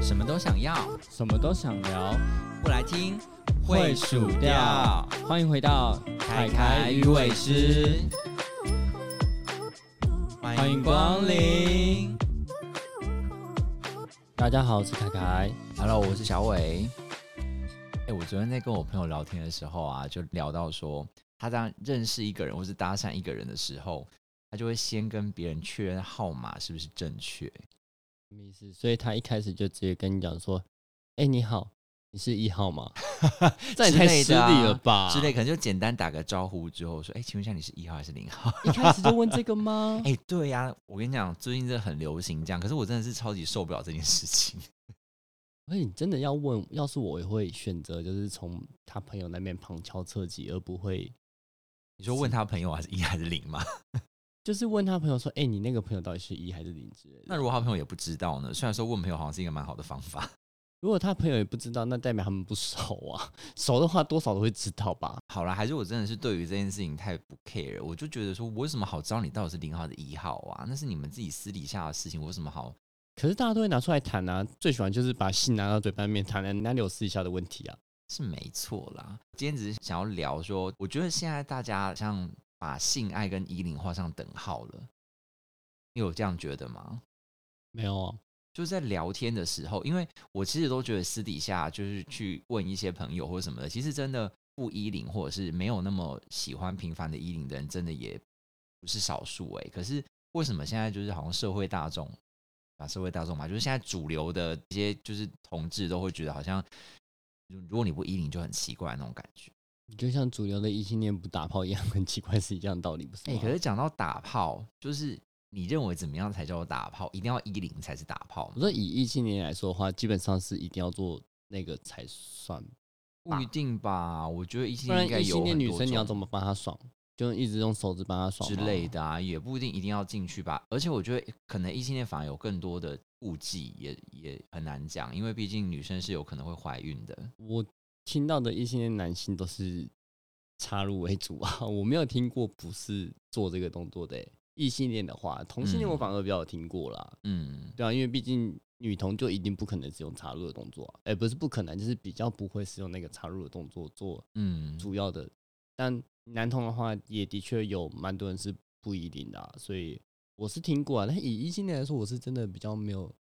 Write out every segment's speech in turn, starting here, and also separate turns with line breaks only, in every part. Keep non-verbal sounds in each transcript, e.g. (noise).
什么都想要，
什么都想聊，
不来听
会数掉。欢迎回到凯凯与伟师，欢迎光临。大家好，我是凯凯。
Hello，我是小伟。哎、我昨天在跟我朋友聊天的时候啊，就聊到说，他当认识一个人或是搭讪一个人的时候，他就会先跟别人确认号码是不是正确。
什么意思？所以他一开始就直接跟你讲说：“哎、你好，你是一号吗？” (laughs) 这也
之
太
类
失
的啊
礼了吧！
之类，可能就简单打个招呼之后说：“哎、请问一下，你是一号还是零号？”
一开始就问这个 (laughs) 吗？
哎、对呀、我跟你讲，最近这很流行这样，可是我真的是超级受不了这件事情。 (laughs)
所以哎你真的要问，要是我也会选择就是从他朋友那边旁敲侧击，而不会
你说问他朋友还是一还是零吗？ (laughs)
就是问他朋友说：“哎、你那个朋友到底是一还是零之类的？”
那如果他朋友也不知道呢？虽然说问朋友好像是一个蛮好的方法， (laughs)
如果他朋友也不知道，那代表他们不熟啊。熟的话，多少都会知道吧。
好啦，还是我真的是对于这件事情太不 care，了我就觉得说，我有什么好知道你到底是零号还是一号啊？那是你们自己私底下的事情，我有什么好？
可是大家都会拿出来谈啊，最喜欢就是把信拿到嘴巴里面谈，哪里有私底下的问题啊？
是没错啦。今天只是想要聊说，我觉得现在大家好像把性爱跟一零画上等号了，你有这样觉得吗？
没有啊，
就是在聊天的时候，因为我其实都觉得私底下就是去问一些朋友或者什么的，其实真的不依零或者是没有那么喜欢平凡的依零的人，真的也不是少数诶、可是为什么现在就是好像社会大众啊，社会大众嘛，就是现在主流的这些就是同志都会觉得好像，如如果你不依零就很奇怪那种感觉。
你就像主流的异性恋不打炮一样，很奇怪是一样的道理，不是
哎、
吗？
可是讲到打炮，就是你认为怎么样才叫做打炮？一定要依零才是打炮吗
我？说以异性恋来说的话，基本上是一定要做那个才算，
不一定吧？我觉得异性
不
恋
然
应该
异
有
性恋
很
女
多
生你要
种
怎么帮她爽？就一直用手指帮她爽
之类
的。
的啊，也不一定一定要进去吧。而且我觉得可能异性恋反而有更多的顾忌，也也很难讲，因为毕竟女生是有可能会怀孕的。
我听到的异性恋男性都是插入为主啊， (laughs) 我没有听过不是做这个动作的欸、异性恋的话，同性恋我
嗯
反而比较有听过啦。
嗯，
对啊，因为毕竟女同就一定不可能是用插入的动作、啊，哎、不是不可能，就是比较不会是用那个插入的动作做
嗯，
主要的。但男同的话，也的确有蛮多人是不一定的、啊，所以我是听过啊。但以异性恋来说，我是真的比较没有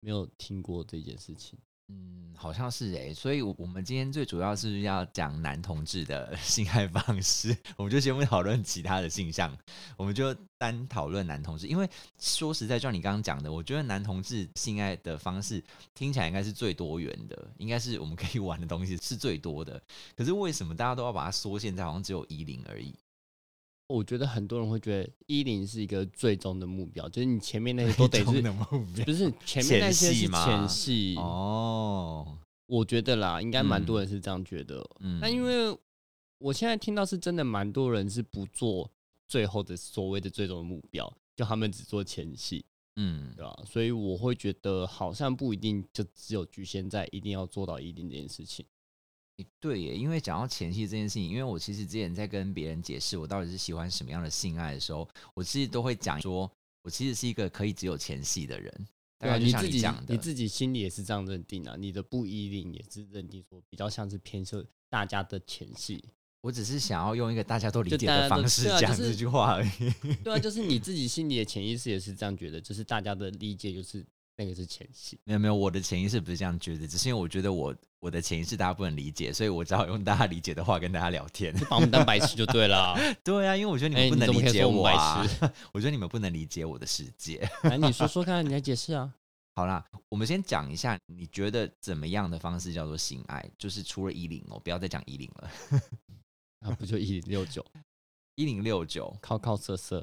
没有听过这件事情。
嗯，好像是哎、所以我我们今天最主要是要讲男同志的 (laughs) 性爱方式，我们就先不讨论其他的性向，我们就单讨论男同志。因为说实在，就像你刚刚讲的，我觉得男同志性爱的方式听起来应该是最多元的，应该是我们可以玩的东西是最多的。可是为什么大家都要把它缩限在好像只有一零而已？
我觉得很多人会觉得一零是一个最终的目标，就是你前面那些
(laughs)
哎都得
最终
是
的目标
不是前面那些是
前戏吗
前戏？
哦，
我觉得啦，应该蛮
嗯
多人是这样觉得。
嗯，
那因为我现在听到是真的蛮多人是不做最后的所谓的最终的目标，就他们只做前戏，
嗯
对吧？所以我会觉得好像不一定就只有局限在一定要做到一定这件事情。
诶对耶，因为讲到前戏这件事情，因为我其实之前在跟别人解释我到底是喜欢什么样的性爱的时候，我其实都会讲说，我其实是一个可以只有前戏的人。大
对啊，
概就
你
像
自己
讲的，
你自己心里也是这样认定啊，你的不一定也是认定说比较像是偏向大家的前
(laughs)
戏。
我只是想要用一个大家都理
就
解
大
的
家都
方式
对啊就
讲
是
这句话而已。 (laughs)
对啊，就是你自己心里的潜意识也是这样觉得，就是大家的理解就是那个是前戏。
没有没有，我的潜意识不是这样觉得，只是因为我觉得我我的潜意识大家不能理解，所以我只好用大家理解的话跟大家聊天。 (laughs)
就把我们当白痴就对了。
对啊，因为我觉得 (laughs) 你们
哎
不
你
能
怎么
理
可以
解
说我
我
们白 (laughs)
啊，我觉得你们不能理解我的世界。
来，你说说看，你来解释啊。
好啦，我们先讲一下，你觉得怎么样的方式叫做性爱？就是除了一零哦，不要再讲一零了，
啊， (laughs) 不就一零六九，
一零六九。
靠靠瑟瑟，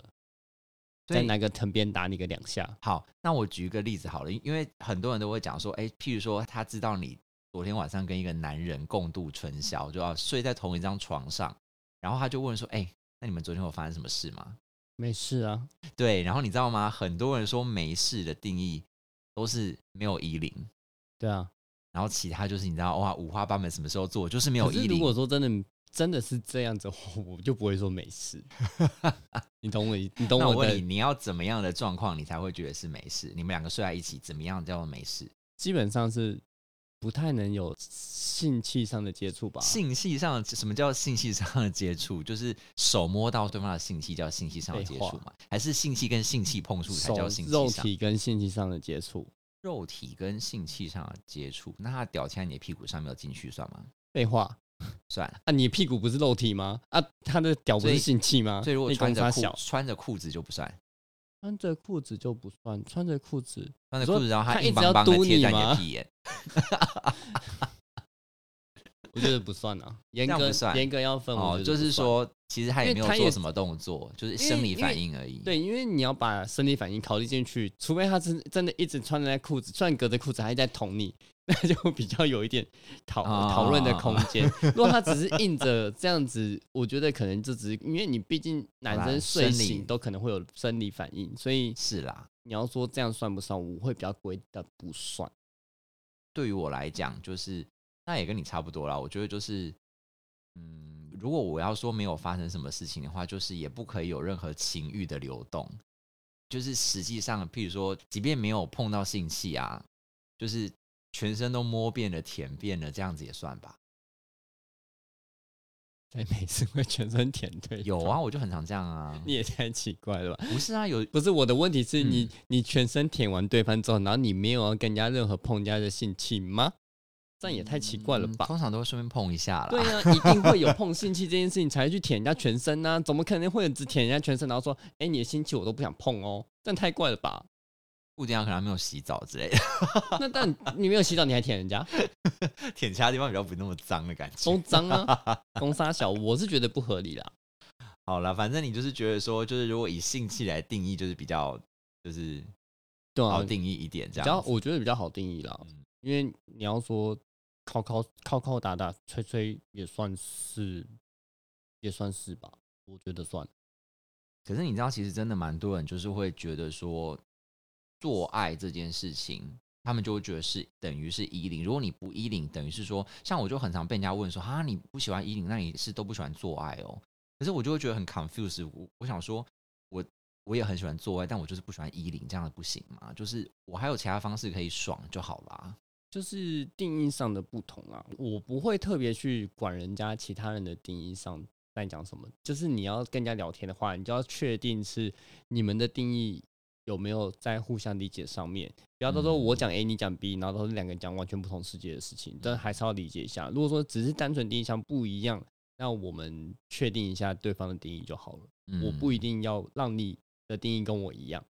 所
再
以
拿个藤鞭打你个两下。
好，那我举一个例子好了，因因为很多人都会讲说，哎、譬如说他知道你昨天晚上跟一个男人共度春宵，就要睡在同一张床上，然后他就问说，哎、那你们昨天有发生什么事吗？
没事啊，
对，然后你知道吗？很多人说没事的定义都是没有一零，
对啊。
然后其他就是你知道哇，五花八门，什么时候做就是没有
可是
一
如
零。
果说真的真的是这样子， (laughs) 我就不会说没事。 (laughs) 你懂我意，你懂
那我
我
问你，
的。
你要怎么样的状况，你才会觉得是没事？你们两个睡在一起，怎么样叫做没事？
基本上是不太能有性器上的接触吧？
性器上的什么叫性器上的接触？就是手摸到对方的性器叫性器上的接
废
触
话
嘛？还是性器跟性器碰触才
手
叫性器上？
肉体跟性器上的接触，
肉体跟性器上的接触，那他屌在你的屁股上没有进去算吗？
废话
算了。
啊！你屁股不是肉体吗？啊，他的屌不
所以
是性器吗？
所以如果
你
穿
啊公
着
差
裤
小，
穿着裤子就不算，
穿着裤子就不算，穿着裤子
穿着
说
裤子然后
他一
硬
直
邦
要
邦的
嘟
贴
你
在你的
吗
屁眼，
我觉得不算啊。严
这样
格
不算
严格要分，我
哦，
觉得
就
不
是
算，
说其实他也
因为
没有
他
做
也
什么动作，就是
因为
生理
因
反
为
应而已。，
对，因为你要把生理反应考虑进去，除非他真真的一直穿着那裤子，穿隔着裤子还在捅你，那就比较有一点讨
啊
讨论的空间。如果他只是硬着这样子，我觉得可能就只是因为你毕竟男
好啦
生睡
生理
醒都可能会有生理反应，所以
是啦。
你要说这样算不算，我会比较归的不
(laughs)
算。
对于我来讲，就是那也跟你差不多啦。我觉得就是，嗯，如果我要说没有发生什么事情的话，就是也不可以有任何情欲的流动。就是实际上，譬如说，即便没有碰到性器啊，就是全身都摸遍了、舔遍了，这样子也算吧。
在每次会全身舔对，
有啊，，我就很常这样啊。
你也太奇怪了吧？
不是啊，有
不是我的问题是你、你全身舔完对方之后，然后你没有要跟人家任何碰人家的性器吗？这样也太奇怪了
嗯
吧？
通常都会顺便碰一下啦。
对呀、一定会有碰性器这件事情才会去舔人家全身呐、怎么可能会只舔人家全身，然后说，哎、你的性器我都不想碰哦，这样太怪了 (laughs) 吧？
固定啊，可能还没有洗澡之类的， (laughs)
那但你没有洗澡你还舔人家，
舔其他地方比较不那么脏的感觉。
公脏啊，公杀小，我是觉得不合理啦。
好啦，反正你就是觉得说，就是如果以性器来定义，就是比较就是
对啊
好，定义一点这
比较
样子。
我觉得比较好定义啦，
嗯
因为你要说敲敲敲敲打打吹吹也算是也算是吧，我觉得算。
可是你知道，其实真的蛮多人就是会觉得说，做爱这件事情，他们就会觉得是等于是依零。如果你不依零，等于是说，像我就很常被人家问说，啊，你不喜欢依零，那你是都不喜欢做爱哦？可是我就会觉得很 confused 我。我想说，我我也很喜欢做爱，但我就是不喜欢依零，这样的不行吗？就是我还有其他方式可以爽就好啦。
就是定义上的不同啊，我不会特别去管人家其他人的定义上在讲什么。就是你要跟人家聊天的话，你就要确定是你们的定义有没有在互相理解上面，不要到时候
嗯
我讲 A 你讲 B，然后都是两个讲完全不同世界的事情，但还是要理解一下。如果说只是单纯定义上不一样，那我们确定一下对方的定义就好了。
嗯
我不一定要让你的定义跟我一样，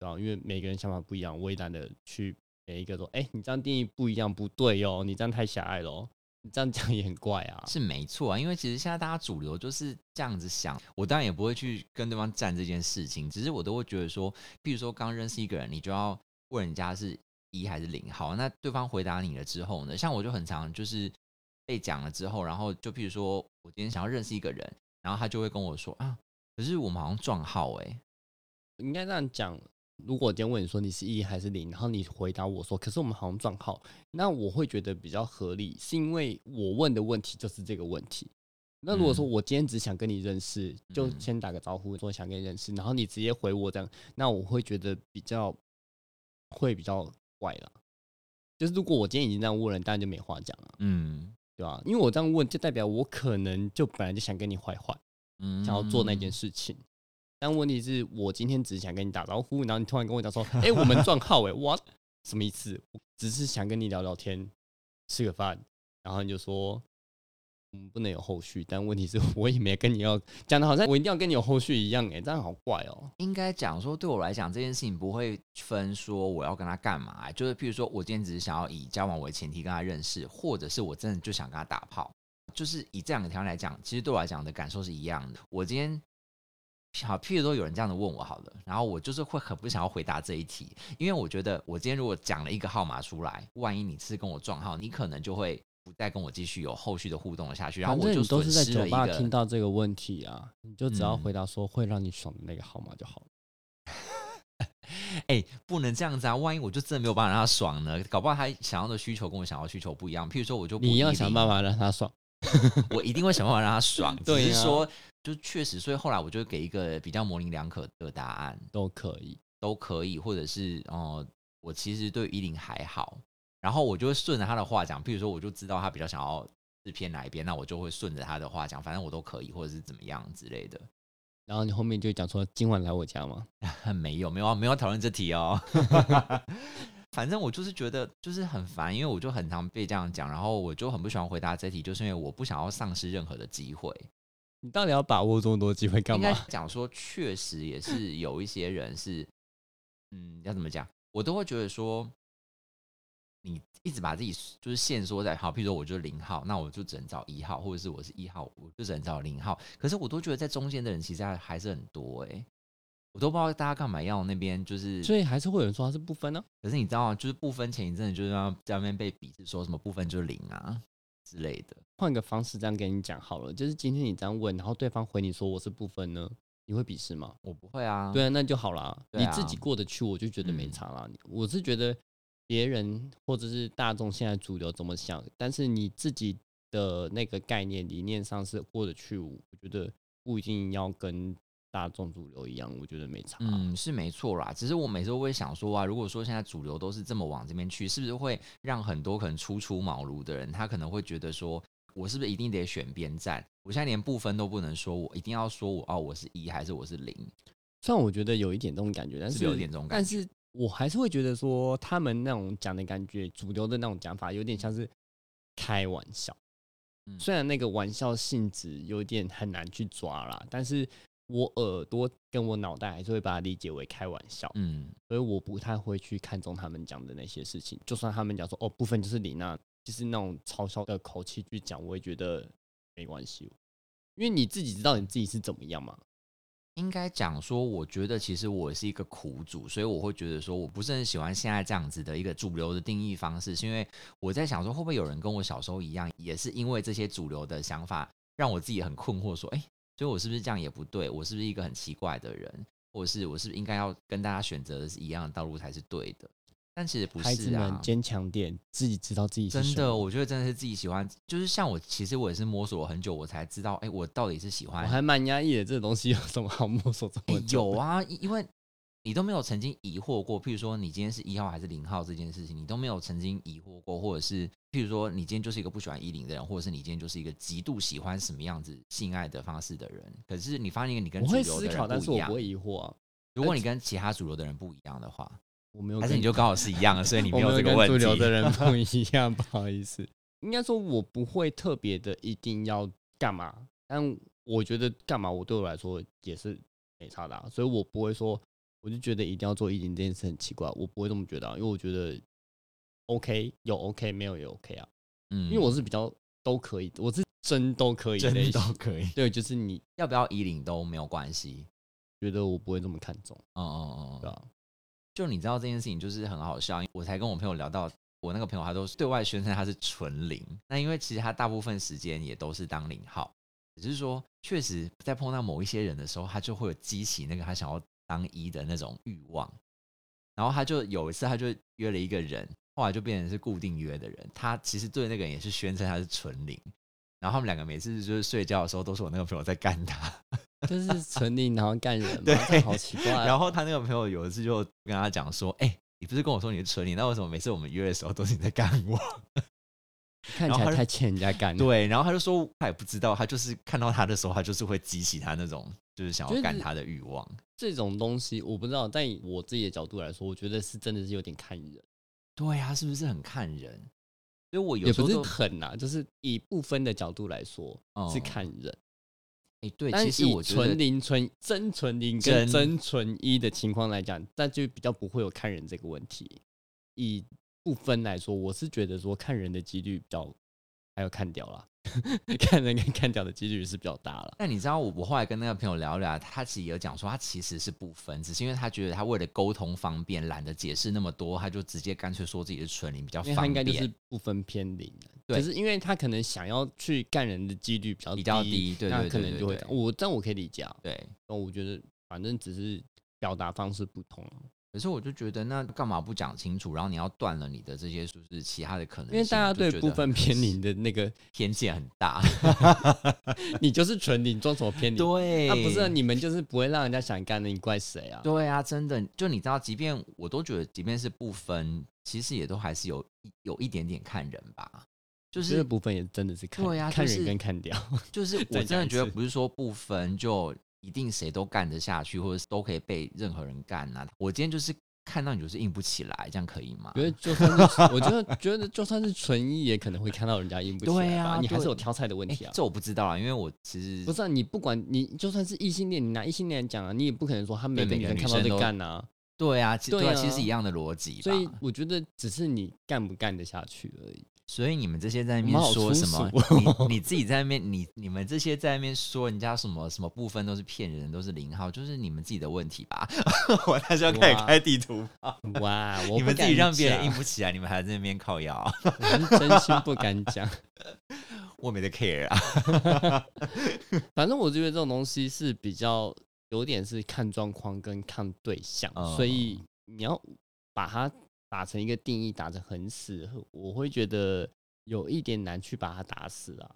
对啊吧、因为每个人想法不一样，我也懒得去每一个说，哎、你这样定义不一样，不对哟，你这样太狭隘喽，你这样讲也很怪啊。
是没错啊，因为其实现在大家主流就是这样子想，我当然也不会去跟对方站这件事情，只是我都会觉得说，譬如说刚认识一个人，你就要问人家是一还是零，好，那对方回答你了之后呢，像我就很常就是被讲了之后，然后就譬如说我今天想要认识一个人，然后他就会跟我说啊，可是我们好像撞号哎、
应该这样讲，如果我今天问你说你是一还是零，然后你回答我说，可是我们好像撞号，那我会觉得比较合理，是因为我问的问题就是这个问题。那如果说
嗯
我今天只想跟你认识，就
嗯
先打个招呼，说想跟你认识，然后你直接回我这样，那我会觉得比较会比较怪了。就是如果我今天已经这样问了，当然就没话讲了，
嗯
对吧、因为我这样问，就代表我可能就本来就想跟你坏坏。
嗯
想要做那件
事，
事情。但问题是我今天只是想跟你打招呼，然后你突然跟我讲说：“哎、我们撞号哎、欸，哇， (laughs) 什么意思？我只是想跟你聊聊天，吃个饭。”然后你就说：“我们不能有后续。”但问题是我也没跟你要讲的，好像我一定要跟你有后续一样哎、这样好怪哦、
应该讲说，对我来讲这件事情不会分说我要跟他干嘛、就是譬如说我今天只是想要以交往为前提跟他认识，或者是我真的就想跟他打炮，就是以这两个条件来讲，其实对我来讲的感受是一样的。我今天。好，譬如说有人这样的问我好了，然后我就是会很不想要回答这一题，因为我觉得我今天如果讲了一个号码出来，万一你是跟我撞号，你可能就会不再跟我继续有后续的互动了下去，然后
反
我
正
就
你都是
损
在
失了
酒
一
吧
个
听到这个问题啊，你就只要
嗯
回答说会让你爽的那个号码就好了。
哎、不能这样子啊！万一我就真的没有办法让他爽呢？搞不好他想要的需求跟我想要的需求不一样。譬如说，我就不啊
你要
依
想
零
办法让他爽，
我一定会想办法让他 (laughs) 爽。
对啊
只是说就确实，所以后来我就给一个比较模棱两可的答案，
都可以。
都可以，或者是哦、呃我其实对依林还好，然后我就会顺着他的话讲，譬如说我就知道他比较想要是偏哪一边，那我就会顺着他的话讲，反正我都可以，或者是怎么样之类的。
然后你后面就讲说今晚来我家吗？
没有，没有啊，没有讨论这题哦。 (laughs) 反正我就是觉得就是很烦，因为我就很常被这样讲，然后我就很不喜欢回答这题，就是因为我不想要丧失任何的机会。
你到底要把握这么多机会干
应该
嘛？
讲说，确实也是有一些人是，嗯，要怎么讲，我都会觉得说，你一直把自己就是限缩在好，譬如说我就是零号，那我就只能找一号，或者是我是一号，我就只能找零号。可是我都觉得在中间的人其实还还是很多哎、我都不知道大家干嘛要那边就是，
所以还是会有人说他是不分呢、
可是你知道吗？就是不分前一阵子就是要在那边被鄙视说什么不分就是零啊之类的。
换个方式这样跟你讲好了，就是今天你这样问，然后对方回你说我是不分呢，你会鄙视吗？
我不会啊，
对啊，那就好啦，
对
你
啊
自己过得去，我就觉得没
嗯
差啦。我是觉得别人或者是大众现在主流怎么想，但是你自己的那个概念理念上是过得去，我觉得不一定要跟大众主流一样，我觉得没差。
嗯，是没错啦。只是我每次都会想说啊，如果说现在主流都是这么往这边去，是不是会让很多可能初出茅庐的人，他可能会觉得说，我是不是一定得选边站？我现在连不分都不能说，我一定要说我哦，我是一还是我是零？
虽然我觉得有一点这种感觉，但
是不
是
是有点这种感
但是我还是会觉得说他们那种讲的感觉，主流的那种讲法，有点像是开玩笑。
嗯
虽然那个玩笑性质有点很难去抓啦，但是我耳朵跟我脑袋还是会把它理解为开玩笑，
嗯，
所以我不太会去看重他们讲的那些事情。就算他们讲说哦，部分就是零啊，就是那种嘲笑的口气去讲，我也觉得没关系，因为你自己知道你自己是怎么样嘛。
应该讲说，我觉得其实我是一个苦主，所以我会觉得说，我不是很喜欢现在这样子的一个主流的定义方式，是因为我在想说，会不会有人跟我小时候一样，也是因为这些主流的想法，让我自己很困惑，说，哎、所以我是不是这样也不对？我是不是一个很奇怪的人？或者是我是不是应该要跟大家选择的是一样的道路才是对的？但其实不
孩子
是
们
啊，
坚强点，自己知道自己是
真
什么
的，我觉得真的是自己喜欢，就是像我，其实我也是摸索了很久，我才知道，哎、我到底是喜欢
我还哎蛮压抑的，这东西有什么好摸索这
欸
么
有，
久？
啊，因因为你都没有曾经疑惑过，譬如说你今天是一号还是零号这件事情，你都没有曾经疑惑过，或者是譬如说你今天就是一个不喜欢一零的人，或者是你今天就是一个极度喜欢什么样子性爱的方式的人，可是你发现你跟
我
主
会
流
思
的
考，但
人
是
不一
我
样
不。会疑惑啊。
如果你跟其他主流的人不一样的话，
我没有
还
跟，
是你就刚好是一样的，所以你
我
没有这个
跟
问
主
题。
流的人 (laughs) 不一样，不好意思。应该说我不会特别的一定要干嘛，但我觉得干嘛我对我来说也是没差的啊、所以我不会说，我就觉得一定要做一零这件事很奇怪，我不会这么觉得、啊，因为我觉得 OK 有 OK 没有也 OK 啊，
嗯
因为我是比较都可以，我是真都可以的类
真
型
都，可以， (laughs)
对，就是你
要不要一零都没有关系。
觉得我不会这么看重，
哦哦哦
对，吧？
就你知道这件事情就是很好笑，我才跟我朋友聊到，我那个朋友他都是对外宣称他是纯零，那因为其实他大部分时间也都是当零号，只是说确实在碰到某一些人的时候，他就会有激起那个他想要当一的那种欲望，然后他就有一次他就约了一个人，后来就变成是固定约的人，他其实对那个人也是宣称他是纯零。然后他们两个每次就是睡觉的时候，都是我那个朋友在干他。
就是成立然后
(laughs)
干人嘛，
对
这好奇怪、啊。
然后他那个朋友有一次就跟他讲说：“哎、你不是跟我说你是纯零，那为什么每次我们约的时候都是你在干我
看起
然后
来
他
太欠人家
(laughs)
干？”了。
对，然后他就说他也不知道，他就是看到他的时候，他就是会激起他那种就是想
就
要
是
干他的欲望。
这种东西我不知道，在我自己的角度来说，我觉得是真的是有点看人，
对啊，是不是很看人？所以我有
也
时候
不是
都
很呐、就是以部分的角度来说、
嗯
是看人，
哎、对，
但
其
是
实
以
我觉
纯
得
零纯真纯零跟
真
真纯一的情况来讲，那就比较不会有看人这个问题。以部分来说，我是觉得说看人的几率比较，还有看屌啦， (laughs) 看人跟看屌的几率是比较大了。
那你知道我我后来跟那个朋友聊聊，他其实有讲说，他其实是不分，只是因为他觉得他为了沟通方便，懒得解释那么多，他就直接干脆说自己是纯零比较
因为他
方
应该
便，
就是不分偏零的，
对
只是因为他可能想要去干人的几率比较
比较低，对
那
对
可
对
能
对
就会
对
我但我可以理解啊，
对。
那我觉得反正只是表达方式不同啊，
可是我就觉得，那干嘛不讲清楚？然后你要断了你的这些，是不是其他的可能
因为大家对部分偏
离
零的那个，
(laughs)
(laughs)
偏见很大。
你就是纯零，装什么
(laughs)
偏零？
对，
啊，不是啊你们就是不会让人家想干的，你怪谁啊？
对啊，真的，就你知道，即便我都觉得，即便是不分，其实也都还是有一有一点点看人吧。就
这个
是
部分也真的是看
对啊
看
就是
人跟看屌，
就是，
(laughs) 再
我真
讲
的
一
觉得
次
不是说不分就一定谁都干得下去，或者是都可以被任何人干呐、啊我今天就是看到你就是硬不起来，这样可以吗
(laughs) 觉？得就算是我觉得觉得就算是纯一，也可能会看到人家硬不起
对
来吧
啊，
你还是
对
有挑菜的问
哎、
题啊。
这我不知道啊，因为我其实
不是啊，你不管你就算是异性恋，你拿异性恋来讲啊，你也不可能说他每个
对每
女
个女
生看到
生
就
都
干啊。
对啊，其
对
对
啊
啊，其实是一样的逻辑吧。
所以我觉得只是你干不干得下去而 (laughs) 已。
所以你们这些在那
我
边
们好
说
粗
什么？
俗哦 (laughs)
你你自己在那边，你你们这些在那边说人家什么什么部分都是骗人，都是零号，就是你们自己的问题吧。 (laughs) 我那时候开始
哇
开地图炮，
哇，我
你
不
们自己
敢
让别人硬
讲，
不起来，你们还在那边靠腰，
我是真心不敢讲。
我没得 care 啊。
反正我觉得这种东西是比较有点是看状况跟看对象，
哦
所以你要把它打成一个定义，打得很死，我会觉得有一点难去把它打死啊。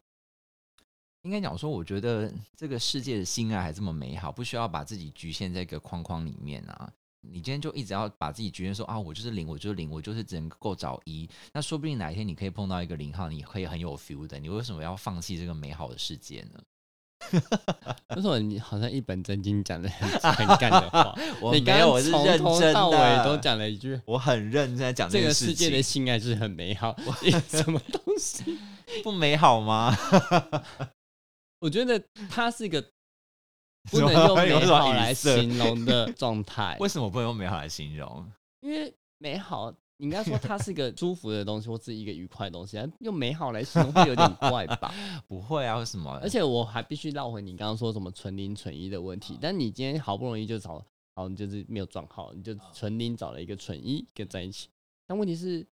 应该讲说，我觉得这个世界的性爱还这么美好，不需要把自己局限在一个框框里面啊。你今天就一直要把自己局限说啊，我就是零，我就是零，我就是只能够找一。那说不定哪一天你可以碰到一个零号，你可以很有 feel 的。你为什么要放弃这个美好的世界呢？
为什么你好像一本正经讲的
(laughs)
很很干的话？
我
你刚
没有，我
刚
是
从
认
头
真
到
的
尾都，讲了一句。
我很认真在讲
这
件
个
事
世
情
界的性爱是很美好，什么东西？ (laughs)
不美好吗？
我觉得它是一个不能
(laughs)
用
有
美
(laughs) 什么语
好来
塞
形容的
(laughs)
状态。
为什么不能用美好来形容？
因为美好，你应该说它是一个舒服的东西，或是一个愉快的东西，但用美好来形容会有点怪吧。
不会啊，为什么？
而且我还必须绕回你刚刚说什么纯零纯一的问题，但你今天好不容易就找好，你就是没有撞好，你就纯零找了一个纯一跟在一起，但问题是。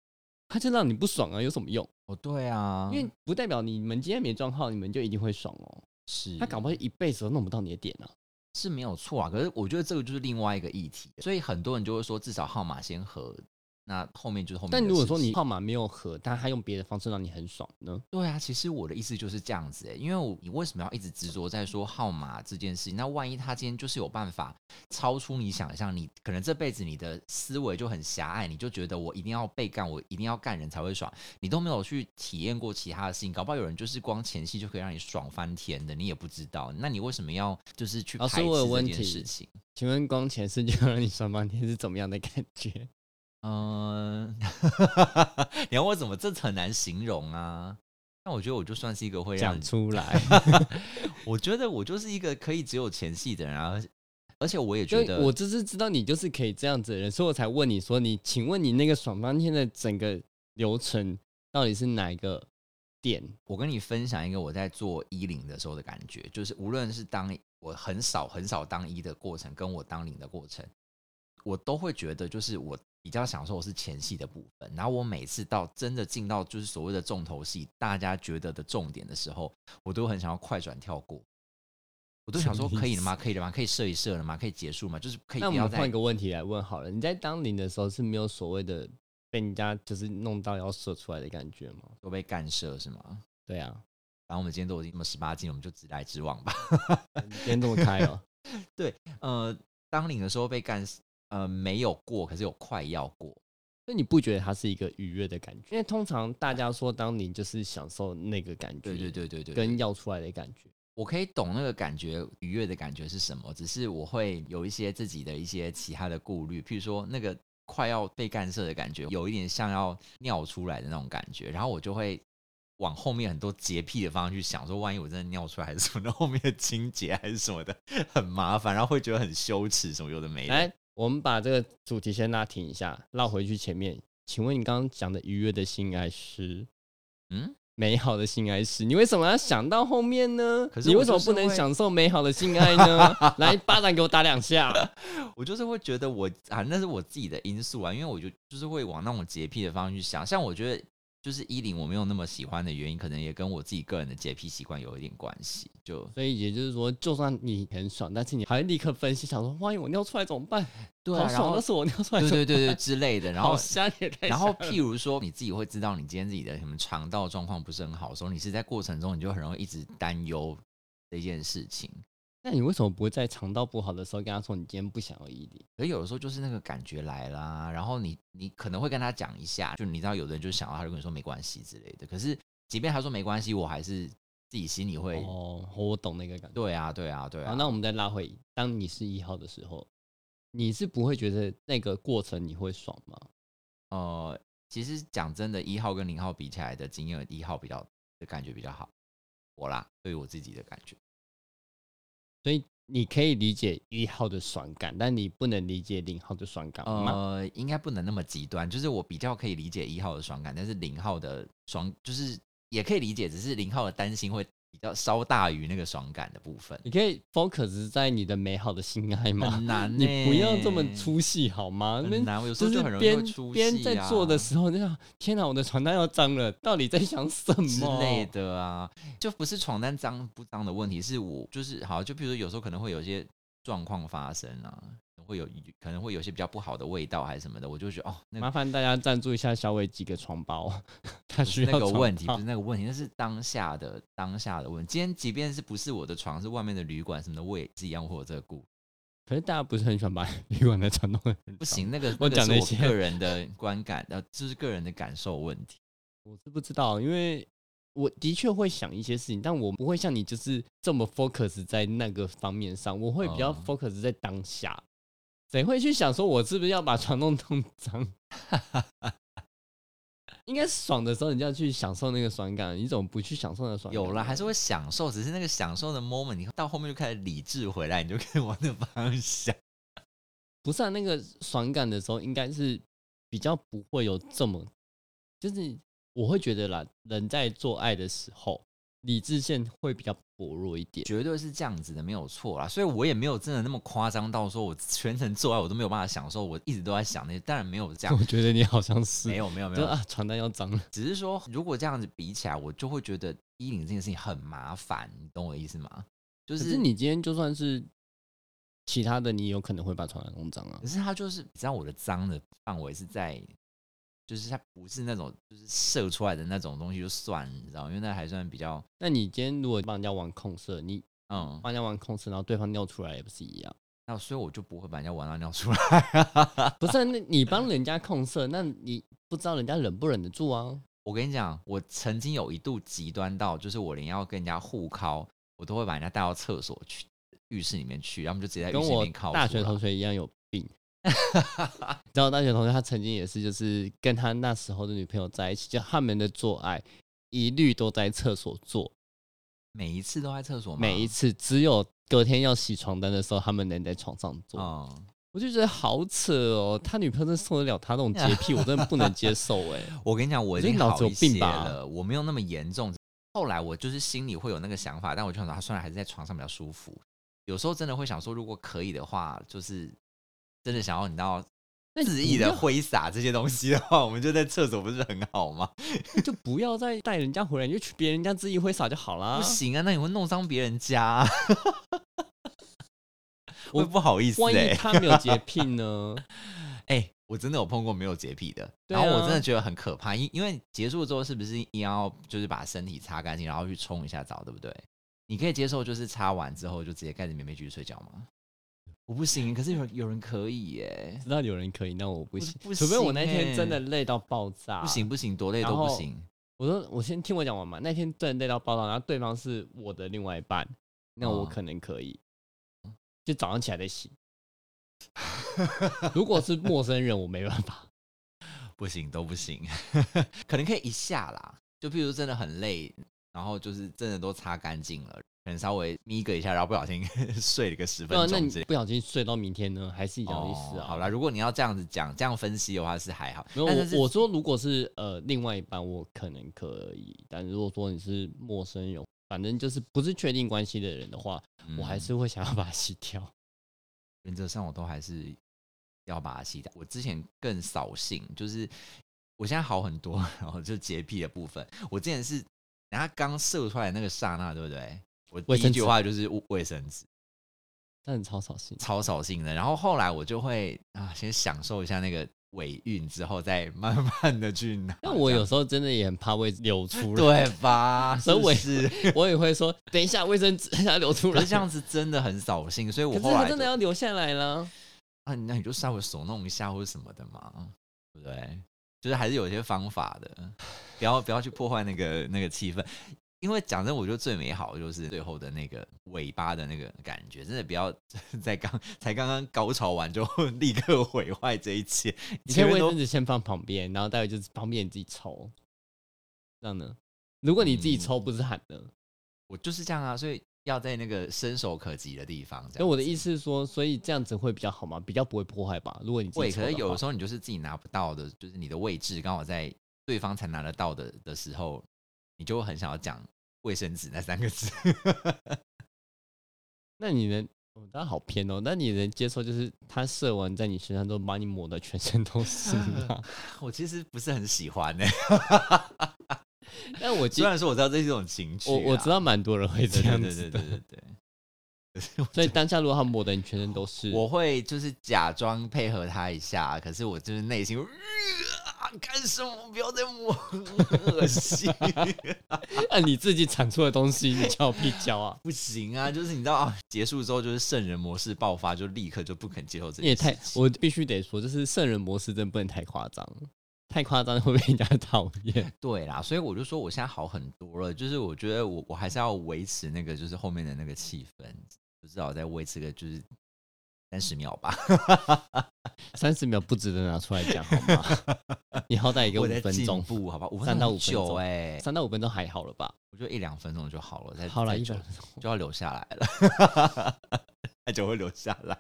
他就让你不爽啊，有什么用？
哦，对啊，
因为不代表你们今天没撞好，你们就一定会爽哦。
是
他搞不好一辈子都弄不到你的点啊。
是没有错啊。可是我觉得这个就是另外一个议题，所以很多人就会说，至少号码先合，那后面就是后面的事
但
情。
如果说你号码没有合，但他用别的方式让你很爽呢？
对啊，其实我的意思就是这样子、欸，因为我你为什么要一直执着在说号码这件事情？那万一他今天就是有办法超出你想象，你可能这辈子你的思维就很狭隘，你就觉得我一定要被干，我一定要干人才会爽，你都没有去体验过其他的事情，搞不好有人就是光前戏就可以让你爽翻天的，你也不知道，那你为什么要就是去
老
排
师
斥
我有
这
问
件
题
事情？
请问光前世就让你爽半天是怎么样的感觉？
嗯， (laughs) 你要我怎么这很难形容啊？那我觉得我就算是一个会让
讲
人
出来，
我觉得我就是一个可以只有前戏的人啊，而且而且我也
就
(laughs) 觉得
我就是知道你就是可以这样子的人，所以我才问你说你，请问你那个爽翻天的整个流程到底是哪一个点？
我跟你分享一个我在做一零的时候的感觉，就是无论是当我很少很少当一的过程，跟我当零的过程，我都会觉得就是我比较享受我是前戏的部分。然后我每次到真的进到就是所谓的重头戏，大家觉得的重点的时候，我都很想要快转跳过。我都想说
什么意思
可以了吗？可以了吗？可以射一射了吗？可以结束吗？就是可以
那我
不要
们换
再
一个问题来问好了，你在当零的时候是没有所谓的被人家就是弄到要射出来的感觉吗？
都被干涉是吗？
对
(laughs)
啊，
然后我们今天都已经那么十八禁了，我们就直来直往吧。
你今天这么开哦、
呃，当领的时候被干，呃，没有过，可是有快要过。
那你不觉得它是一个愉悦的感觉？因为通常大家说当零就是享受那个感觉，
对对对对对，
跟要出来的感觉。
我可以懂那个感觉，愉悦的感觉是什么，只是我会有一些自己的一些其他的顾虑，譬如说那个快要被干涉的感觉，有一点像要尿出来的那种感觉，然后我就会。往后面很多洁癖的方向去想，说万一我真的尿出来还是什么， (laughs) 那后面的清洁还是什么的，很麻烦，然后会觉得很羞耻，什么有的没的。
来，我们把这个主题先拉停一下，绕回去前面。请问你刚刚讲的愉悦的性爱是
嗯，
美好的性爱是？你为什么要想到后面呢？
可是
你
我
为什么
就是
不能
会
享受美好的性爱 (laughs) 呢？来，巴掌给我打两下。
我就是会觉得我啊，那是我自己的因素啊，因为我就就是会往那种洁癖的方向去想。像我觉得就是衣领我没有那么喜欢的原因，可能也跟我自己个人的洁癖习惯有一点关系。就
所以也就是说，就算你很爽，但是你还会立刻分析，想说万一我尿出来怎么办？
(laughs) 对啊
好
然
爽，
后
但是我尿出
(laughs)
来
对
怎么
对对对之类的，然
办？好
后
香也太
然后，
香了
譬如说你自己会知道你今天自己的什么肠道状况不是很好的时候，你是在过程中你就很容易一直担忧这件事情。
那你为什么不会在肠道不好的时候跟他说你今天不想要异地？
可是有的时候就是那个感觉来啦，然后你你可能会跟他讲一下，就你知道有的人就想要他就跟你说没关系之类的。可是即便他说没关系，我还是自己心里会，
哦，我懂那个感觉。
对啊，对啊，对
好，
啊。
那我们再拉回，当你是一号的时候，你是不会觉得那个过程你会爽吗？
呃，其实讲真的，一号跟零号比起来的经验，一号比较的感觉比较好，我啦，对于我自己的感觉。
所以你可以理解一号的爽感，但你不能理解零号的爽感吗？
呃，应该不能那么极端，就是我比较可以理解一号的爽感，但是零号的爽就是也可以理解，只是零号的担心会比较稍大于那个爽感的部分，
你可以 focus 在你的美好的心爱吗
很？难、
(laughs)
欸
你不要这么，粗细好吗？那
很难，我有时
就
候
是
就很容易
边
会出戏、啊、
边在做的时候，就想天哪，我的床单要脏了，到底在想什么
之类？的啊，就不是床单脏不脏的问题，是我就是好，就比如说有时候可能会有一些状况发生啊，会有可能会有一些比较不好的味道还是什么的，我就觉得哦，那个
麻烦大家赞助一下小伟几个床包， (laughs) 他需要啊
那个
床
问题，不
包
是那个问题，那是当下的当下的问题。今天即便是不是我的床，是外面的旅馆什么的，我也是一样会有这个顾虑。
可是大家不是很喜欢把旅馆的床弄得很
不
脏
行，那个
我
那个
讲
是
了一
我
些
个人的观感，呃，就是个人的感受问题。
我是不知道，因为我的确会想一些事情，但我不会像你就是这么 focus 在那个方面上，我会比较
哦
focus 在当下。谁会去想说我是不是要把床弄弄脏？ (laughs) 应该是爽的时候，你就要去享受那个爽感，你怎么不去享受那个爽感呢？
有了还是会享受，只是那个享受的 moment，你到后面就开始理智回来，你就可以往那方向。 (laughs)
不是、啊、那个爽感的时候，应该是比较不会有这么，就是我会觉得啦，人在做爱的时候，理智线会比较薄弱一点。
绝对是这样子的，没有错啦。所以我也没有真的那么夸张到说我全程做爱我都没有办法享受，我一直都在想那些，当然没有这样
我，觉得你好像是
(laughs) 没，有没有没
就
有，
啊，床单要脏了。
只是说，如果这样子比起来，我就会觉得衣领这件事情很麻烦，你懂我意思吗？就
可
是，
是你今天就算是其他的，你有可能会把床单弄脏啊
可。是它就是，你知道我的脏的范围是在，就是它不是那种就是射出来的那种东西就算，你知道吗，因为那还算比较，
那你今天如果帮人家玩控色，你
嗯，
帮人家玩控色，然后对方尿出来也不是一 (laughs) 样？
那所以我就不会把人家玩到尿出来。 (laughs)
不是啊、那你帮人家控色，那你不知道人家忍不忍得住 (laughs) 啊？
我跟你讲，我曾经有一度极端到，就是我连要跟人家互靠，我都会把人家带到厕所去。浴室里面去，然后我们就直接在浴
跟
室里
我
面靠。
大学同，学一样有 (laughs) 病。你知道我大学同学他曾经也是，就是跟他那时候的女朋友在一起，就他们的做爱一律都在厕所做，
每一次都在厕所吗，
每一次只有隔天要洗床单的时候，他们能在床上做。
嗯，
我就觉得好扯哦，他女朋友真受得了他那种洁癖，我真的不能接受哎、
(laughs) 我跟你讲，我已
觉得
经
脑
好
子有
一些
病吧
了，我没有那么严重。后来我就是心里会有那个想法，但我就想说，他啊虽然还是在床上比较舒服，有时候真的会想说，如果可以的话，就是真的想要你知道
那
恣意的挥洒这些东西的话，我们就在厕所不是很好吗？
就不要再带人家回来，你就去别人家自己挥洒就好啦。
不行啊，那你会弄伤别人家、 (laughs) 啊，
我
会不好意思
万
哎、
一他没有洁癖呢？ (laughs)
哎、我真的有碰过没有洁癖的，
对
然后我
啊
真的觉得很可怕，因因为结束之后是不是也要就是把身体擦干净，然后去冲一下澡，对不对？你可以接受就是擦完之后就直接盖着棉被继续睡觉吗？我不行，可是有人有人可以耶、
知道有人可以，那我不
我
行，
不
除非我那
行
天
欸
真的累到爆炸，
不行。不行，多累
然
都不
后
行。
我说我先听我讲完嘛，那天真的累到爆炸，然后对方是我的另外一半，那我
哦
可能可以，就早上起来
(laughs)
再洗。如果是陌生人，我没办法。
不行都不行， (laughs) 可能可以一下啦。就譬如真的很累，然后就是真的都擦干净了，可能稍微眯个一下，然后不小心 (laughs) 睡了个十
对啊
(laughs) 分，
那
钟
你
之类。哦
不小心睡到明天呢，还是一样的意思啊？
好啦，如果你要这样子讲、这样分析的话是还好，
没有，
但是是
我我说如果是呃另外一半，我可能可以，但如果说你是陌生人，反正就是不是确定关系的人的话，我还
嗯
是会想要把它洗掉。
原则上我都还是要把它洗掉。我之前更扫兴，就是我现在好很多， (laughs) 然后就洁癖的部分，我之前是，然后刚射出来的那个刹那，对不对？我
卫
第一
生
句
纸
话就是卫卫生纸，
但很超
(laughs)
扫兴。
超扫兴的。然后后来我就会啊，先享受一下那个尾韵，之后再慢慢的去拿。
但我有
这
时候真的也很怕会流出来，
(laughs) 样对
(laughs)
吧？
所以我也
是不是，
我也会说等一下卫生纸要流出
可
来，
是这样子真的很扫兴，所以
可
我
是
后来
它真的
就
要留下来了。
啊，那你就稍微手弄一下或者什么的嘛，对不对？就是还是有一些方法的，不要不要去破坏那个那个气氛。因为讲真，我觉得最美好的就是最后的那个尾巴的那个感觉，真的不要 (laughs) 在刚才刚刚高潮完就立刻毁坏这一切。
你可以
前面
卫
都
生纸先放旁边，然后待会就是方便你自己抽，这样呢？如果你自己
嗯
抽不是喊的，
我就是这样啊，所以要在那个伸手可及的地方。这
所以
样
我的
子
意思是说，所以这样子会比较好吗？比较不会破坏吧？如果你自己
会，
抽
可
的
是有
话
时候你就是自己拿不到的，就是你的位置刚好在对方才拿得到的的时候，你就会很想要讲卫生纸那三个字。 (laughs)
那你能，哦，他好偏哦。那你能接受就是他射完在你身上之后，把你抹的全身都是
(laughs)
吗？
我其实不是很喜欢呢、
但我记
虽，然说我知道这是一种情趣啊，
我我知道蛮多人会
对
这样
对
子
对对
的。
对对
所以当下如果他抹的你全身都是，
对，我会就是假装配合他一下，可是我就是内心。啊干什么？不要再摸，恶心！
按你自己产出的东西，你叫我屁叫啊！
不行
(laughs)
啊，就是你知道啊，结束之后就是圣人模式爆发，就立刻就不肯接受这
你也
件
太
事，情。
我必须得说，就是圣人模式真的不能太夸张，太夸张会被人家 (laughs) 讨厌。
对啦，所以我就说我现在好很多了，就是我觉得我我还是要维持那个就是后面的那个气氛，就至少再维持个就是三十秒吧。
三十秒不值得拿出来讲好吗？ (laughs) 你好歹也给
我
五
在
分
进
钟，
步，好吧，五分
三到
很
五分
久
钟
哎、
三到五分钟还好了吧？
我觉得一两分钟就好了，再
好了，
再
一
久
分钟。 (laughs)
就要留下来了， (laughs) 太久会留下来。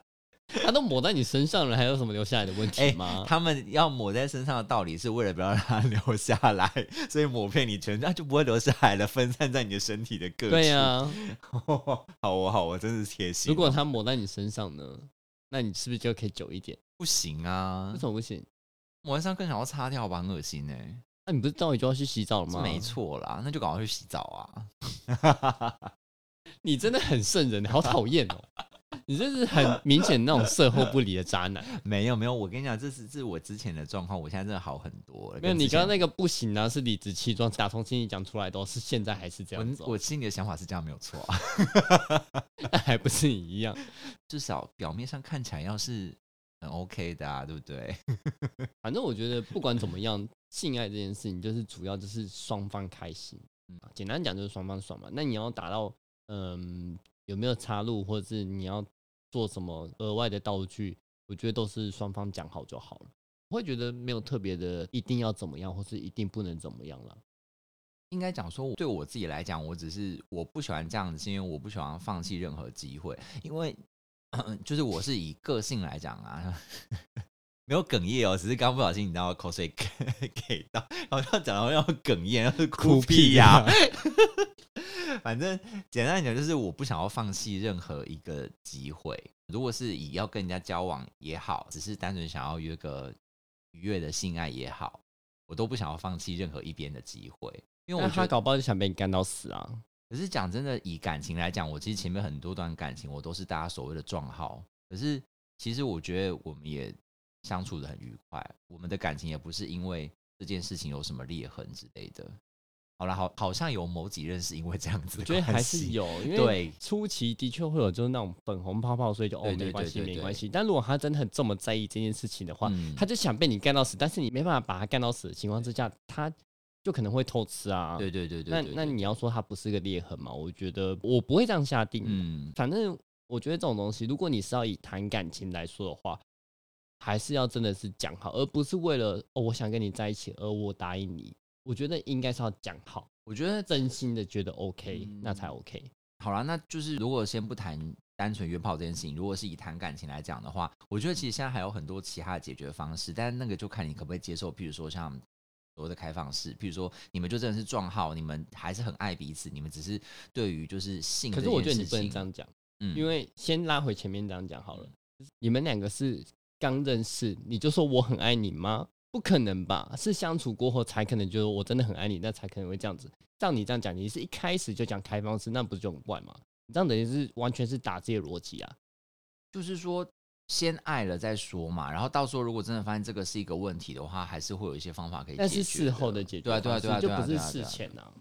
他都抹在你身上了，还有什么留下来的问
哎
题吗？
他们要抹在身上的道理是为了不要让它留下来，所以抹遍你全身，它就不会留下来了，分散在你的身体的各处。
对呀、
(laughs) 好哦，好哦，真是贴心哦。
如果它抹在你身上呢，那你是不是就可以久一点？
不行啊
为，什么不行？
抹完上更想要擦掉吧，很恶心哎、
那、你不是到底就要去洗澡了
是
吗？
没，错啦，那就赶快去洗澡啊！
你真的很圣人，好讨厌哦！ (laughs) 你这是很明显那种售后不理的渣男。
没有没有，我跟你讲，这是这是我之前的状况，我现在真的好很多了。
没有，
跟
你
之前
刚刚那个不行啊，是理直气壮，打从心里讲出来的哦、是现在还是这样子、
我
哦，
我心里的想法是这样，没有错啊、 (laughs)
那 (laughs) 还不是你一样？
至少表面上看起来要是很 OK 的啊，对不对？
反正我觉得不管怎么样，性爱这件事情就是主要就是双方开心，
嗯
啊简单讲就是双方爽嘛。那你要达到嗯有没有插入，或者是你要做什么额外的道具，我觉得都是双方讲好就好了。我会觉得没有特别的一定要怎么样，或是一定不能怎么样了。
应该讲说，对我自己来讲，我只是我不喜欢这样子，是因为我不喜欢放弃任何机会，因为就是我是以个性来讲啊。 (laughs) 没有哽咽哦，只是刚不小心，你知道口水给到，好像讲到要哽咽， (laughs) 要是哭屁啊呀、 (laughs) 反正简单来讲，就是我不想要放弃任何一个机会。如果是以要跟人家交往也好，只是单纯想要约个愉悦的性爱也好，我都不想要放弃任何一边的机会。因为我
那
觉
他
得，
搞不好就想被你干到死啊！
可是讲真的，以感情来讲，我其实前面很多段感情，我都是大家所谓的撞号。可是其实我觉得我们也相处的很愉快，我们的感情也不是因为这件事情有什么裂痕之类的。好啦，好，好像有某几任是因为这样子的
我觉得
关系，
还是有，因为
对
初期的确会有就是那种粉红泡泡，所以就哦
对对
没关系
对对
没
对
关系。但如果他真的很这么在意这件事情的话，
嗯
他就想被你干到死，但是你没办法把他干到死的情况之下，他就可能会偷吃啊。
对对对对
那
对
那
对
你要说他不是个裂痕嘛？我觉得我不会这样下定。
嗯，
反正我觉得这种东西，如果你是要以谈感情来说的话，还是要真的是讲好，而不是为了哦我想跟你在一起，而我答应你。我觉得应该是要讲好，
我觉得
真心的觉得 OK，、
嗯
那才 OK。
好啦，那就是如果先不谈单纯约炮这件事情，如果是以谈感情来讲的话，我觉得其实现在还有很多其他的解决方式，但那个就看你可不可以接受，譬如说像。所谓的开放式，譬如说你们就真的是撞号，你们还是很爱彼此，你们只是对于就是性
可
这件事情。
是我觉得你不能这样讲，
嗯，
因为先拉嗯回前面这样讲好了。你们两个是刚认识，你就说我很爱你吗？不可能吧？是相处过后才可能，就是我真的很爱你，那才可能会这样子。照你这样讲，你是一开始就讲开放式，那不是就很怪吗？你这样等于是完全是打自己的逻辑啊。
就是说先爱了再说嘛，然后到时候如果真的发现这个是一个问题的话，还是会有一些方法可以解
但
决。
是事后的解决
对啊对啊
方式
对啊，
就
对啊
不是
对啊对
事
啊
前啊。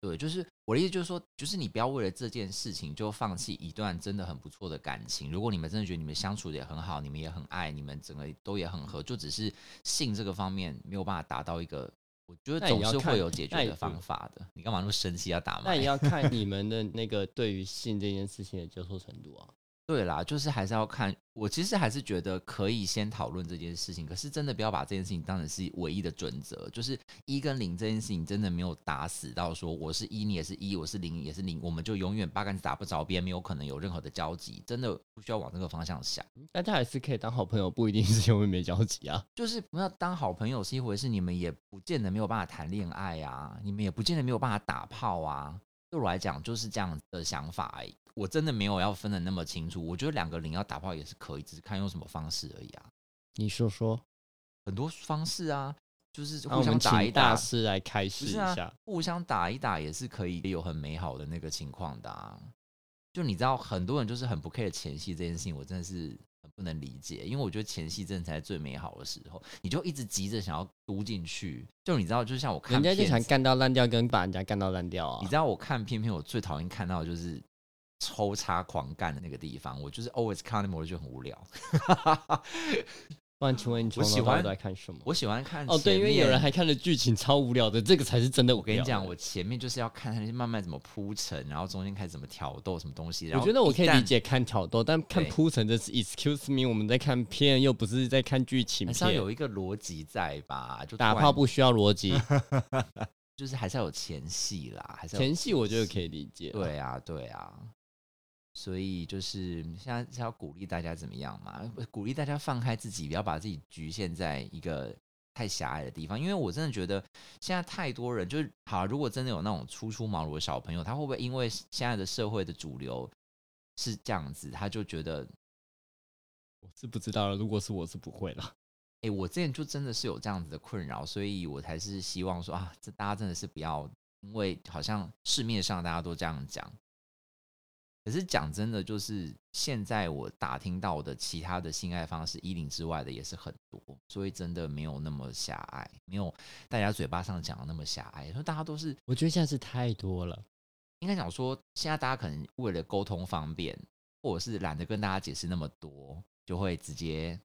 对，就是我的意思，就是说，就是你不要为了这件事情就放弃一段真的很不错的感情。如果你们真的觉得你们相处的也很好，你们也很爱，你们整个都也很合，就只是性这个方面没有办法达到一个，我觉得
那也
总
要
是
看
会有解
那
决
也
的方法的。你干嘛那么生气要打
那也
麦？
要看你们的那个对于性这件事情的接受程度啊。
对啦，就是还是要看。我其实还是觉得可以先讨论这件事情，可是真的不要把这件事情当成是唯一的准则。就是一跟零这件事情真的没有打死到说我是一，你也是一，我是零，你也是零，我们就永远八竿子打不着边，没有可能有任何的交集。真的不需要往这个方向想。
大家还是可以当好朋友，不一定是因为没交集啊。
就是不要当好朋友是一回事，你们也不见得没有办法谈恋爱啊，你们也不见得没有办法打炮啊。对我来讲就是这样子的想法而已，我真的没有要分的那么清楚。我觉得两个零要打炮也是可以，只是看用什么方式而已啊，
你说说，
很多方式啊，就是
那
互
我
相
们
打一
请
打，
大师来开示
不
一
是啊
下。
互相打一打也是可以有很美好的那个情况的啊。就你知道，很多人就是很不 care 前戏这件事情，我真的是很不能理解，因为我觉得前戏真的才是最美好的时候，你就一直急着想要嘟进去。就你知道，就像我看
人家就
片
想
子
干到烂掉，跟把人家干到烂掉啊。
你知道我看片片，我最讨厌看到的就是抽插狂干的那个地方，我就是 always 看到那幕我就觉得很无聊。
不然，请问你从
我喜
头到尾
欢
都在看什么？
我喜欢看
哦，对，因为
前面
有人还看了剧情超无聊的，这个才是真的无
我跟你
聊的
讲，我前面就是要看它慢慢怎么铺陈，然后中间开始怎么挑逗什么东西。然
我
后
觉得我可以
一旦
理解看挑逗，但看
对
铺陈这是 excuse me，我们在看片，又不是在看剧情
还是要
片。
有一个逻辑在吧？就
打
突然
炮不需要
(laughs)
逻辑，
就是还是要有前戏啦，还是要有
前戏我觉得可以理解。，
对啊，对啊。所以就是现在是要鼓励大家怎么样嘛？呃鼓励大家放开自己，不要把自己局限在一个太狭隘的地方。因为我真的觉得现在太多人就是好，如果真的有那种初出茅庐的小朋友，他会不会因为现在的社会的主流是这样子，他就觉得
我是不知道了，如果是我是不会了。
哎、我之前就真的是有这样子的困扰，所以我才是希望说啊，这大家真的是不要，因为好像市面上大家都这样讲。可是讲真的，就是现在我打听到的其他的性爱方式，一零之外的也是很多，所以真的没有那么狭隘，没有大家嘴巴上讲的那么狭隘。说大家都是
我觉得现在是太多了。
应该讲说，现在大家可能为了沟通方便，或者是懒得跟大家解释那么多，就会直接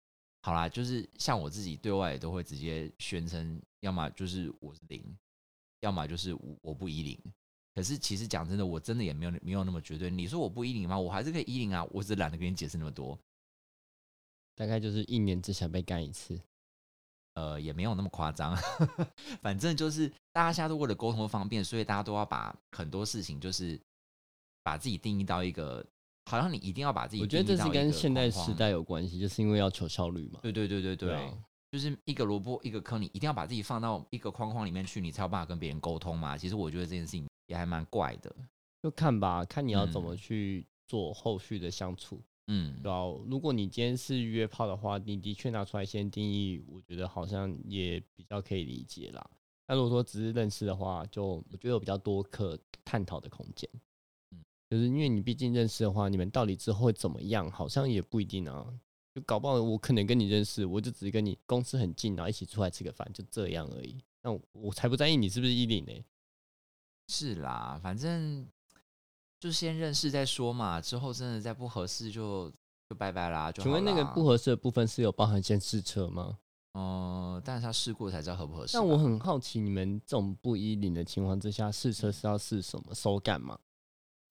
好啦。就是像我自己对外也都会直接宣称，要么就是我是零，要么就是我我不一零。可是其实讲真的，我真的也没有没有那么绝对。你说我不一零吗？我还是可以一零啊，我只是懒得跟你解释那么多。
大概就是一年只想被干一次。
呃，也没有那么夸张， (laughs) 反正就是大家现在都为了沟通方便，所以大家都要把很多事情就是把自己定义到一个，好像你一定要把自己
我觉得
定义
这是
到一
跟
个
现代
框
时
框，
代有关系，就是因为要求效率嘛。
对对对对对，
啊
就是一个萝卜一个坑，你一定要把自己放到一个框框里面去，你才有办法跟别人沟通嘛。其实我觉得这件事情也还蛮怪的，
就看吧，看你要怎么
嗯
去做后续的相处。
嗯，
对啊，如果你今天是约炮的话，你的确拿出来先定义，我觉得好像也比较可以理解啦。那如果说只是认识的话，就我觉得有比较多可探讨的空间。
嗯
就是因为你毕竟认识的话，你们到底之后会怎么样，好像也不一定啊。就搞不好我可能跟你认识，我就只是跟你公司很近，然后一起出来吃个饭，就这样而已。那我我才不在意你是不是一零呢、
是啦，反正就先认识再说嘛，之后真的再不合适就就拜拜啦。就
请问
好
那个
啦
不合适的部分是有包含先试车吗？
嗯，但是他啊试过才知道合不合适吧。
但我很好奇，你们这种不依领的情况之下，试车是要试什么？手感吗？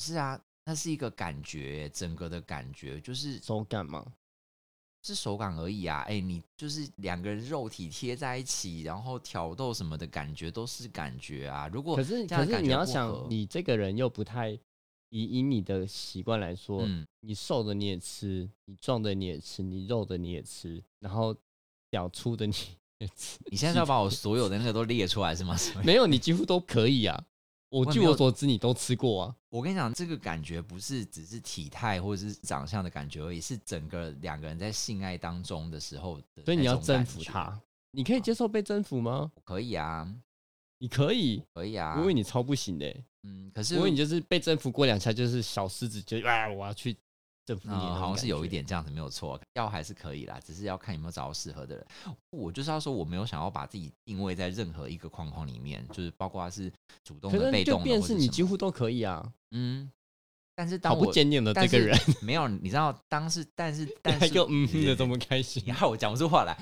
是啊，那是一个感觉，整个的感觉就是
手感吗？
是手感而已啊。哎、你就是两个人肉体贴在一起，然后挑逗什么的感觉都是感觉啊。如果
可是
这样的
可是
感
你
觉
要
不合
想，你这个人又不太以以你的习惯来说， (laughs)
嗯，
你瘦的你也吃，你壮的你也吃，你肉的你也吃，然后屌粗的你 (laughs) 也吃，
你现在是要把我所有的那个都列出来是吗？ (laughs) 什么
没有你几乎都可以啊。我
我也
据
没
我
有
所知，你都吃过啊。
我跟你讲，这个感觉不是只是体态或者是长相的感觉而已，是整个两个人在性爱当中的时候的那种感觉，啊
所以你要征服他，你可以接受被征服吗？
可以啊，
你可以，
可以啊
我以。为你超不行的、欸，
嗯，可是
我以为你就是被征服过两下，就是小狮子就啊，我要去征服你、
嗯，好像是有一，点这样子，没有错，要还是可以啦，只是要看有没有找到适合的人。我就是要说，我没有想要把自己定位在任何一个框框里面，就是包括是主动
可
的、
是
被
就
动的，
变
或
是
是
你
什么
几乎都可以啊，
嗯。但是当
好
我
不检点的
但
这个
是
人，
(laughs) 没有，你知道，当时但
(laughs)
是但
他
是
就嗯哼的这
么。
么开心
你，要我讲不出话来。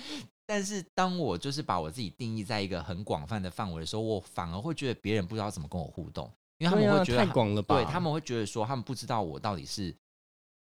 但是当我就是把我自己定义在一个很广泛的范围的时候，我反而会觉得别人不知道怎么跟我互动，因为他
对
们
啊
会觉得
太广了吧？
对他们会觉得说他们不知道我到底是，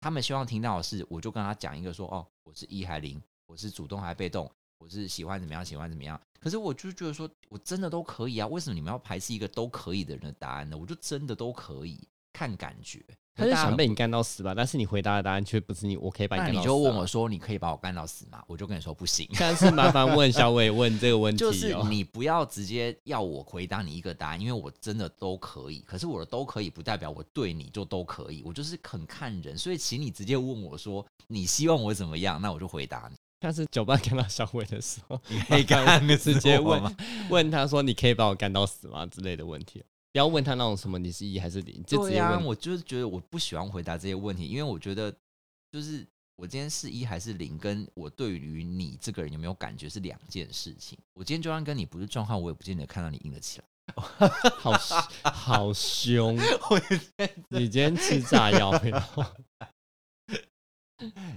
他们希望听到的是，我就跟他讲一个说哦，我是一还零，我是主动还被动，我是喜欢怎么样，喜欢怎么样。可是我就觉得说，我真的都可以啊，为什么你们要排斥一个都可以的人的答案呢？我就真的都可以，看感觉。
他就
大家
想
很
被你干到死吧？但是你回答的答案却不是你，我可以把
那
干
你
到死、啊
就问我，说，你可以把我干到死吗？我就跟你说不行。
下次麻烦问小伟问这个问题、
就
哦，
是你不要直接要我回答你一个答案，因为我真的都可以。可是我的都可以不代表我对你就都可以，我就是很看人。所以，请你直接问我说你希望我怎么样，那我就回答 (laughs) 你。
下次酒吧干到小伟的时候，
你可以
麻烦
干死
直接
我
问
吗
问他说：“你可以把我干到死吗？”之类的问题，不要问他那种什么你是一还是零，就直
对啊呀、
接问。
我就是觉得我不喜欢回答这些问题，因为我觉得就是我今天是一还是零，跟我对于你这个人有没有感觉是两件事情。我今天就算跟你不是状况，我也不见得看到你硬得起来。
好好凶！
(laughs) 我也
你今天吃炸药没有？ (laughs)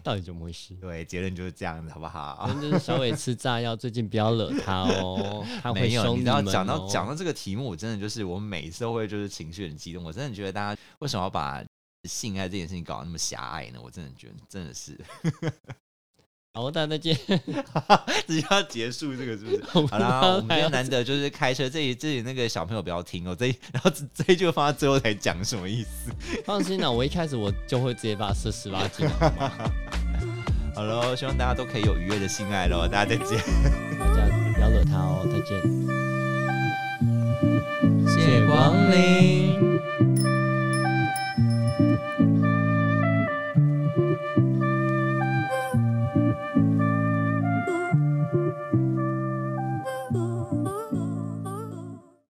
到底怎么
(laughs)
回事？
对，结论就是这样子，好不好？
真就是小伟吃炸药，最近不要惹他
(laughs)
哦，他会
没有，
凶
你知
们、
道
哦。
讲到讲到这个题目，我真的就是我每次都会就是情绪很激动。我真的觉得大家为什么要把性爱这件事情搞得那么狭隘呢？我真的觉得真的是， (laughs)
好，大家再见。
直接要结束这个是不是？
我不
(laughs) 好
知道
啦，我们今
(laughs) 还要
天难得就是开车，这里这里那个小朋友不要听哦，这一然后这这一句放到最后才讲什么意思？
放心啦，我一开始我就会直接把它设十八禁了，好吗
好喽，希望大家都可以有愉悦的性爱喽，大家再见，
大家不要惹他哦，再见。
谢谢光临。